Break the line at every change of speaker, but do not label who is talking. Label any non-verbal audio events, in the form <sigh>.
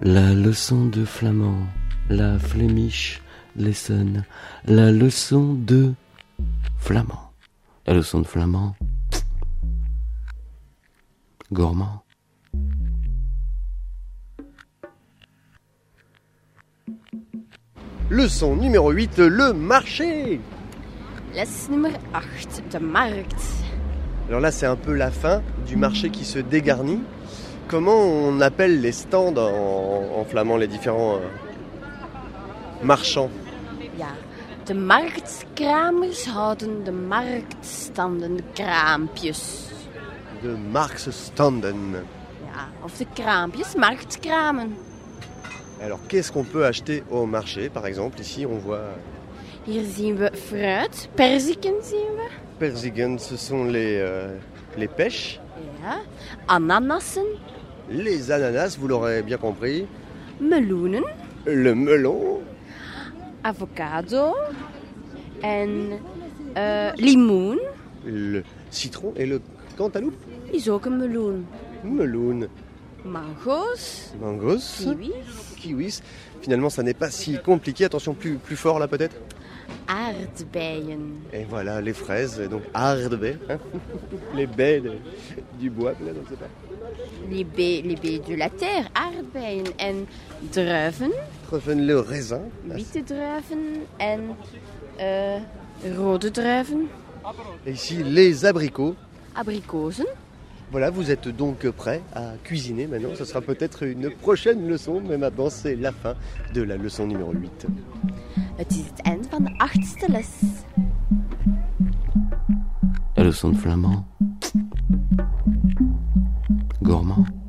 La leçon de flamand, la flémiche lesson, la leçon de flamand. La leçon de flamand, pff, gourmand.
Leçon numéro 8, le marché.
Les nummer 8, de markt.
Alors là, c'est un peu la fin du marché qui se dégarnit. Comment on appelle les stands en, en flamand, les différents euh, marchands
Ja. De marktkramers houden de marktstanden kraampjes.
De Marksstanden.
Ja, of de kraampjes, marktkramen.
Alors, qu'est-ce qu'on peut acheter au marché Par exemple, ici, on voit euh,
Hier zien we fruit, perziken zien we.
Perzigen, ce sont les, euh, les pêches,
Ja. Ananassen,
les ananas, vous l'aurez bien compris,
meloenen,
le melon,
avocado en eh, limoen.
le citron et le cantaloupe,
Is ook een meloen.
meloun,
Mango's,
mangos,
kiwis,
kiwis. Finalement, ça n'est pas si compliqué. Attention, plus, plus fort là peut-être.
aardbeien.
Et voilà, les fraises, et donc hardbaies, hein. <laughs> les baies de- du bois, peut-être, on ne sait pas.
Les baies, les baies de la terre, aardbeien en druiven,
Treffen, le raisin.
witte druiven en eh, rode druiven,
Et ici, les abricots.
abrikozen.
Voilà, vous êtes donc prêts à cuisiner maintenant. Ce sera peut-être une prochaine leçon, mais maintenant, c'est la fin de la leçon numéro 8.
Het is het eind van de achtste les.
La leçon de flamand, pff, gourmand.